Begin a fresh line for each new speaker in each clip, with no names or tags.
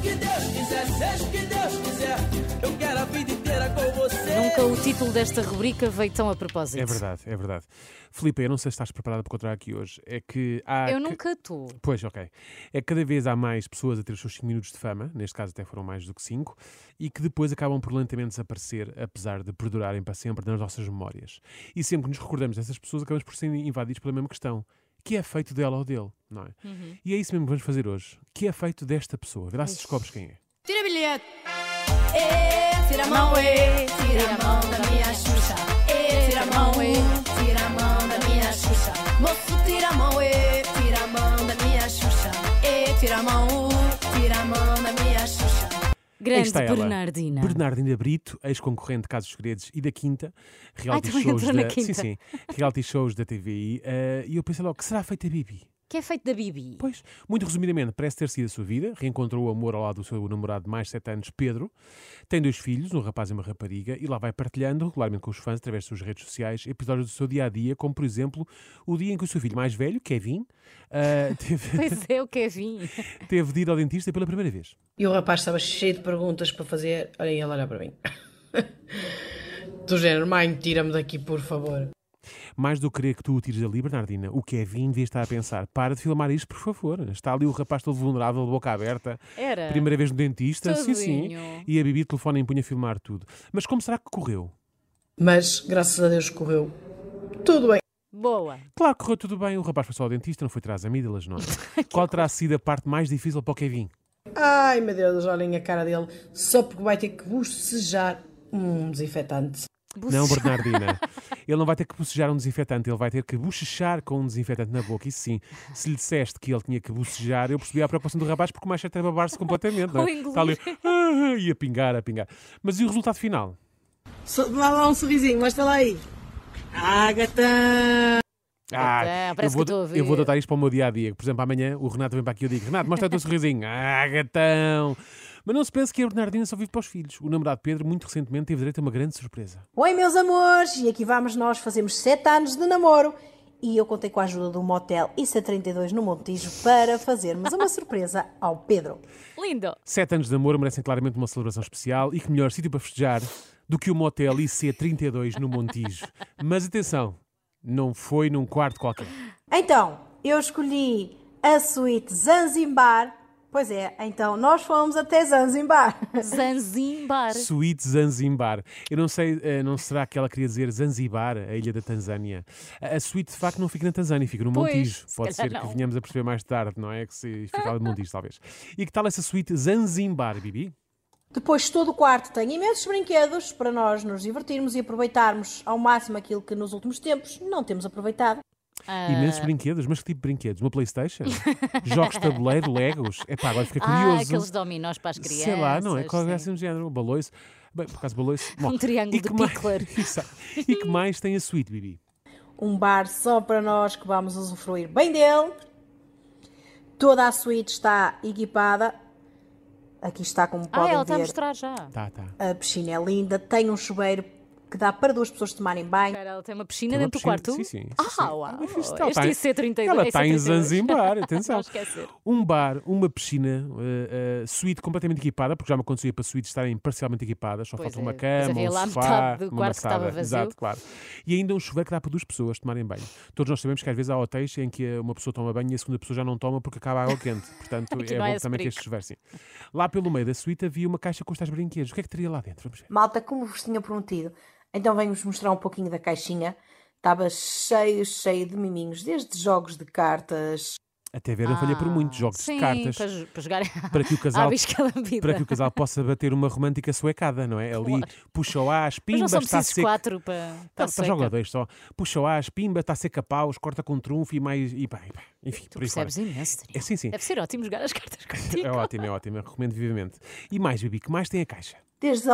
que Deus quiser, seja o que Deus quiser. Eu quero a vida inteira com você.
Nunca o título desta rubrica veio tão a propósito.
É verdade, é verdade. Filipe, eu não sei se estás preparada para encontrar aqui hoje. É que há.
Eu
que-
nunca estou.
Pois, ok. É que cada vez há mais pessoas a ter os seus 5 minutos de fama, neste caso até foram mais do que 5, e que depois acabam por lentamente desaparecer, apesar de perdurarem para sempre nas nossas memórias. E sempre que nos recordamos dessas pessoas, acabamos por ser invadidos pela mesma questão. Que é feito dela ou dele, não é?
Uhum.
E é isso mesmo que vamos fazer hoje. Que é feito desta pessoa? Vê lá se descobres quem é.
Tira bilhete. tira a mão, ê, tira a mão da minha Xuxa. Ê, tira a mão, ê, tira a mão da minha Xuxa. Moço, tira a mão, ê, tira a mão da minha Xuxa. Ê, tira a mão, u, tira a mão da minha Xuxa.
Aí
Grande
está ela.
Bernardina.
Bernardina Brito, ex-concorrente de Casos Segredos e da Quinta, reality
também
shows
entrou
da
na Quinta.
Sim, sim, reality shows da TVI, eh, e eu pensei logo, que será feita a Bibi?
Que é feito da Bibi.
Pois, muito resumidamente, parece ter sido a sua vida. Reencontrou o amor ao lado do seu namorado de mais 7 anos, Pedro. Tem dois filhos, um rapaz e uma rapariga, e lá vai partilhando regularmente com os fãs, através das suas redes sociais, episódios do seu dia a dia, como por exemplo o dia em que o seu filho mais velho, Kevin, ah, teve,
Pois é, o Kevin.
teve de ir ao dentista pela primeira vez.
E o rapaz estava cheio de perguntas para fazer. Olha, ele olha para mim. Do género, mãe, tira-me daqui, por favor.
Mais do que querer que tu o tires ali, Bernardina, o é Kevin devia estar a pensar: para de filmar isto, por favor. Está ali o rapaz todo vulnerável, de boca aberta.
Era.
Primeira vez no dentista, sim, sim.
Todinho.
E a Bibi telefone em punha a filmar tudo. Mas como será que correu?
Mas, graças a Deus, correu tudo bem.
Boa.
Claro que correu tudo bem, o rapaz foi só ao dentista, não foi tirar as amígdalas, não é? Qual terá sido a parte mais difícil para o Kevin?
Ai, meu Deus, olhem a cara dele. Só porque vai ter que bocejar um desinfetante.
Não,
Bucejar.
Bernardina. Ele não vai ter que bocejar um desinfetante, ele vai ter que bochechar com um desinfetante na boca. Isso sim, se lhe disseste que ele tinha que bocejar, eu percebi a preocupação do rapaz porque o macho até babar-se completamente. Não
Ou
é?
engolir.
Está ali "Ah", e a pingar, a pingar. Mas e o resultado final?
So- Dá lá um sorrisinho, mostra lá aí. Agatha!
tá,
Ah, eu,
parece que
vou,
estou a ver.
eu vou adotar isto para o meu dia a dia. Por exemplo, amanhã o Renato vem para aqui e eu digo: Renato, mostra o teu sorrisinho. Ah, gatão! Mas não se pense que a Bernardina só vive para os filhos. O namorado Pedro, muito recentemente, teve direito a uma grande surpresa.
Oi, meus amores, e aqui vamos nós, fazemos 7 anos de namoro. E eu contei com a ajuda do Motel Issa 32 no Montijo para fazermos uma surpresa ao Pedro.
Lindo.
Sete anos de namoro merecem claramente uma celebração especial e que melhor sítio para festejar do que o motel IC32 no Montijo. Mas atenção, não foi num quarto qualquer.
Então, eu escolhi a suíte Zanzibar. Pois é, então nós fomos até Zanzibar.
Zanzimbar.
Suíte Zanzibar. Eu não sei, eh, não será que ela queria dizer Zanzibar, a ilha da Tanzânia. A a suíte de facto não fica na Tanzânia, fica no
Pois,
Montijo.
se
Pode ser
calhar
que
não.
venhamos a perceber mais tarde, não é? Que se fica lá no Montijo, talvez. E que tal essa suíte Zanzibar, Bibi?
Depois, todo o quarto tem imensos brinquedos para nós nos divertirmos e aproveitarmos ao máximo aquilo que nos últimos tempos não temos aproveitado.
Ah.
Imensos brinquedos, mas que tipo de brinquedos? Uma Playstation? Jogos de tabuleiro, Legos? Epá, agora fica curioso.
Ah, aqueles dominós para as crianças.
Sei lá, não é? Qual é
sim.
assim do género? Um baloiço. Bem, por acaso, baloiço. Bom,
Um triângulo
e que
de
mais-
pickler.
Exato. e que mais tem a suíte, Bibi?
um bar só para nós que vamos usufruir bem dele. Toda a suíte está equipada. Aqui está, um como
Ah,
podem
ela está a
ver,
mostrar já.
Tá, tá.
a piscina é linda. Tem um chuveiro que dá para duas pessoas tomarem banho.
Espera, ela tem uma piscina
Tem uma
É dentro
piscina-
do quarto?
sim, sim, sim,
Ah,
sim.
uau.
Mas isto
Este
tá em-
IC32.
Ela está em
IC32.
Zanzibar, atenção.
Não esquecer.
Um bar, uma piscina, eh, eh, suíte completamente equipada, porque já me acontecia para suítes estarem parcialmente equipadas, só
Pois
falta
é,
uma
pois
cama,
havia
um
lá a
sofá,
metade do
uma
quarto que
maçada.
estava vazio.
Exato, claro. E ainda um chuveiro que dá para duas pessoas tomarem banho. Todos nós sabemos que às vezes há hotéis em que eh, uma pessoa toma banho e a segunda pessoa já não toma porque acaba a água quente. Portanto,
Aqui
é
não
bom
é
também
esse
que
perigo.
este chuveiro, sim. Lá pelo meio da suíte havia uma caixa com os tais brinquedos. O que é que teria lá dentro? Vamos ver.
Malta, como vos tinha prometido, então venho-vos mostrar um pouquinho da caixinha. Estava cheio, cheio de miminhos, desde jogos de cartas.
Até ver, não falha por muito. Jogos
Ah, sim,
de cartas.
Para, jo- para jogar
para que o
à
casal
bisca da vida.
para que o casal possa bater uma romântica suecada, não é? Ali puxa o as,
Mas
pimba,
não são
está
precisos
seco.
quatro para.
Tá,
para
tá,
seca.
joga dois só. Puxa o as, pimba, está seca a paus, corta com trunfo e mais. E pá, e pá. Enfim,
Tu
por aí fora.
percebes imenso. Daniel.
É sim, sim.
Deve ser ótimo jogar as cartas contigo.
É ótimo, é ótimo. eu Recomendo vivamente. E mais, Bibi, que mais tem a caixa?
desde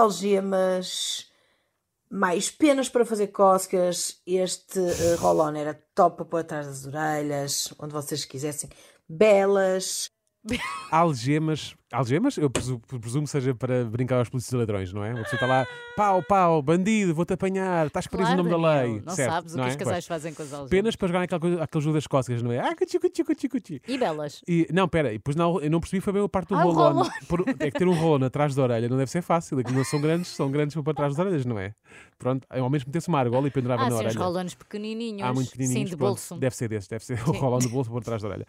algemas, mais penas para fazer cócegas. Este eh, roll-on era top para pôr atrás das orelhas, onde vocês quisessem. Belas,
Algemas Algemas, eu presu- presumo, seja para brincar aos polícias e ladrões, não é? Uma pessoa está lá, pau, pau, bandido, vou-te apanhar, estás preso
Claro,
no nome da
Daniel,
lei.
Não
certo,
sabes o
não
que
é?
os casais
Pois.
fazem com as algemas.
Apenas para jogar aquele, coisa- aquele jogo das cócegas, não é? Ah, cuti, cuti, cuti, cuti.
E belas.
E, não, pera, e depois não, eu não percebi, foi bem a parte do
Ah, o
rolon.
rolon.
Por- é que ter um rolon atrás da orelha não deve ser fácil, é que não são grandes, são grandes para trás das orelhas, não é? Pronto, ao mesmo tempo uma argola e pendurava
Ah,
na
sim,
orelha.
uns rolones pequenininhos.
Há muito
Sim,
pequenininhos.
de
pronto,
bolso.
Deve ser desse, deve ser o rolão de bolso por trás da orelha.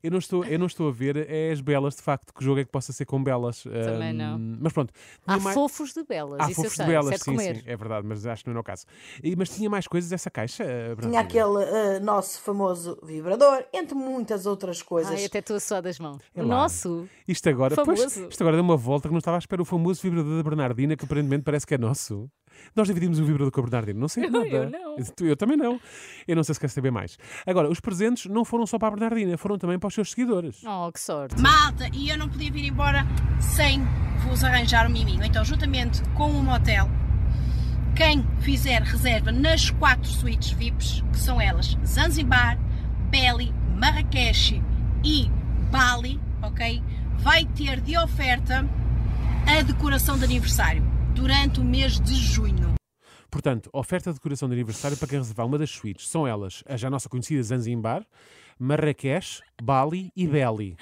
Eu não estou, eu não estou a ver é as belas, de facto, que jogo é que possa ser com belas. hum,
Também não.
Mas pronto.
Há
tinha mais-
fofos de belas.
Há
isso
fofos
eu
de
sei. isso é
belas,
de
sim,
comer.
sim, é verdade, mas acho que não é o caso. E- mas tinha mais coisas essa caixa? eh,
Tinha
Brancinha?
aquele eh, nosso famoso vibrador, entre muitas outras coisas.
Ai, até estou a suar das mãos.
É
o
lá.
nosso.
Isto agora, pois,
Famoso.
isto agora deu uma volta que não estava à espera. O famoso vibrador da Bernardina, que aparentemente parece que é nosso. Nós dividimos o vibrador com a Bernardina, não sei nada.
eu não.
Tu- Eu também não. Eu não sei se quer saber mais. Agora, os presentes não foram só para a Bernardina, foram também para os seus seguidores.
Oh, que sorte.
Malta, e eu não podia vir embora sem vos arranjar um miminho. Então, juntamente com o motel, quem fizer reserva nas quatro suítes VIPs, que são elas Zanzibar, Bali, Marrakech e Bali, ok? Vai ter de oferta a decoração de aniversário durante o mês de junho.
Portanto, oferta de decoração de aniversário para quem reservar uma das suítes. São elas a já nossa conhecida Zanzibar, Marrakech, Bali e Beli.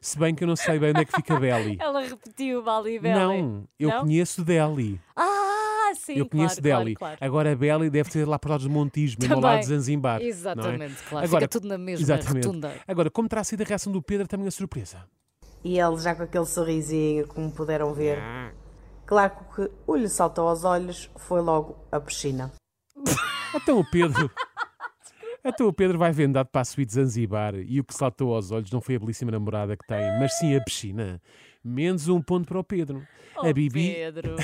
Se bem que eu não sei bem onde é que fica Beli.
Ela repetiu Bali e Beli.
Não, eu
Não?
conheço Delhi.
Ah, sim,
eu conheço
claro,
Delhi.
Claro, claro.
Agora, Delhi deve ser lá por lado dos Montijo, mesmo ao
Também.
lado de Zanzibar. não é?
Exatamente, claro. Fica tudo na mesma
exatamente.
rotunda.
Agora, como terá sido a reação do Pedro, também a surpresa.
E ele já com aquele sorrisinho, como puderam ver. Claro que o que o lhe saltou aos olhos foi logo a piscina.
Então o Pedro. Então o Pedro vai vendado para a suíte Zanzibar e o que saltou aos olhos não foi a belíssima namorada que tem, mas sim a piscina. Menos um ponto para o Pedro. a
Oh,
Bibi.
Pedro.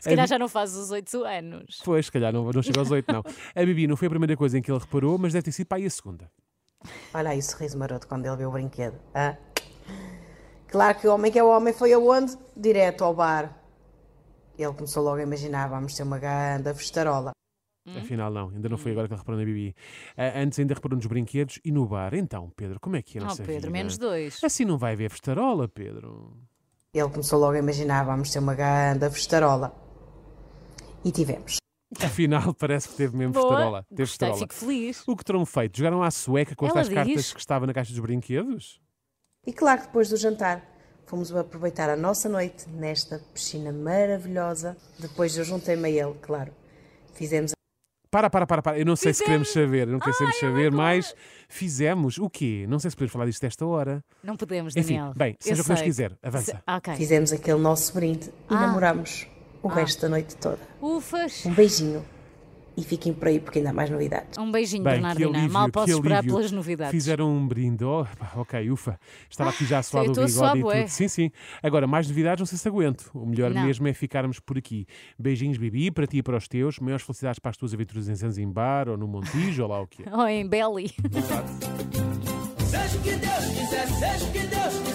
Se
A
calhar
Bi-
já não faz os oito anos.
Pois, se calhar não, não chega aos oito, não. A Bibi não foi a primeira coisa em que ele reparou, mas deve ter sido para aí a segunda.
Olha aí o sorriso maroto quando ele viu o brinquedo. hã? Claro que o homem que é o homem foi aonde? Direto ao bar. Ele começou logo a imaginar, vamos ter uma grande festarola.
Uhum.
Afinal, não, ainda não foi agora que ele reparou na Bibi. Ah, antes ainda reparou nos brinquedos e no bar. Então, Pedro, como é que é a
Oh,
nossa
Pedro,
vida?
menos dois.
Assim não vai haver festarola, Pedro.
Ele começou logo a imaginar, vamos ter uma grande festarola. E tivemos.
Afinal, parece que teve mesmo
Boa.
festarola. Teve
Gostei,
festarola.
fico feliz.
O que terão feito? Jogaram à sueca com as
Ela
tais cartas
diz.
que estava na caixa dos brinquedos?
E claro, que depois do jantar, fomos aproveitar a nossa noite nesta piscina maravilhosa. Depois eu juntei-me a ele, claro. Fizemos
Para, para, para, para. Eu não sei se queremos saber, não queremos
Ai, eu
saber,
adoro.
mas fizemos o quê? Não sei se podemos falar disto desta hora.
Não podemos,
Enfim,
Daniel.
bem,
Eu
seja o que Deus
sei.
quiser, avança.
Se- Ah, ok.
Fizemos aquele nosso brinde e
Ah.
namorámos o resto da noite toda.
Ufas.
Um beijinho e fiquem por aí porque ainda há mais novidades.
Um beijinho,
Bem, que
Bernardina.
alívio,
Mal
que
posso esperar
alívio.
pelas novidades.
Fizeram um brinde. Oh, pá, ok, ufa. Estava aqui já a suar
eu
do
estou a
bigode
suar,
e
bué.
tudo. Sim, sim. Agora, mais novidades, não sei se aguento. O melhor
Não.
mesmo é ficarmos por aqui. Beijinhos, Bibi, para ti e para os teus. Maiores felicidades para as tuas aventuras em Zanzibar ou no Montijo ou lá o que é.
Oh, em Belly.
Seja o que Deus quiser, seja o que Deus quiser.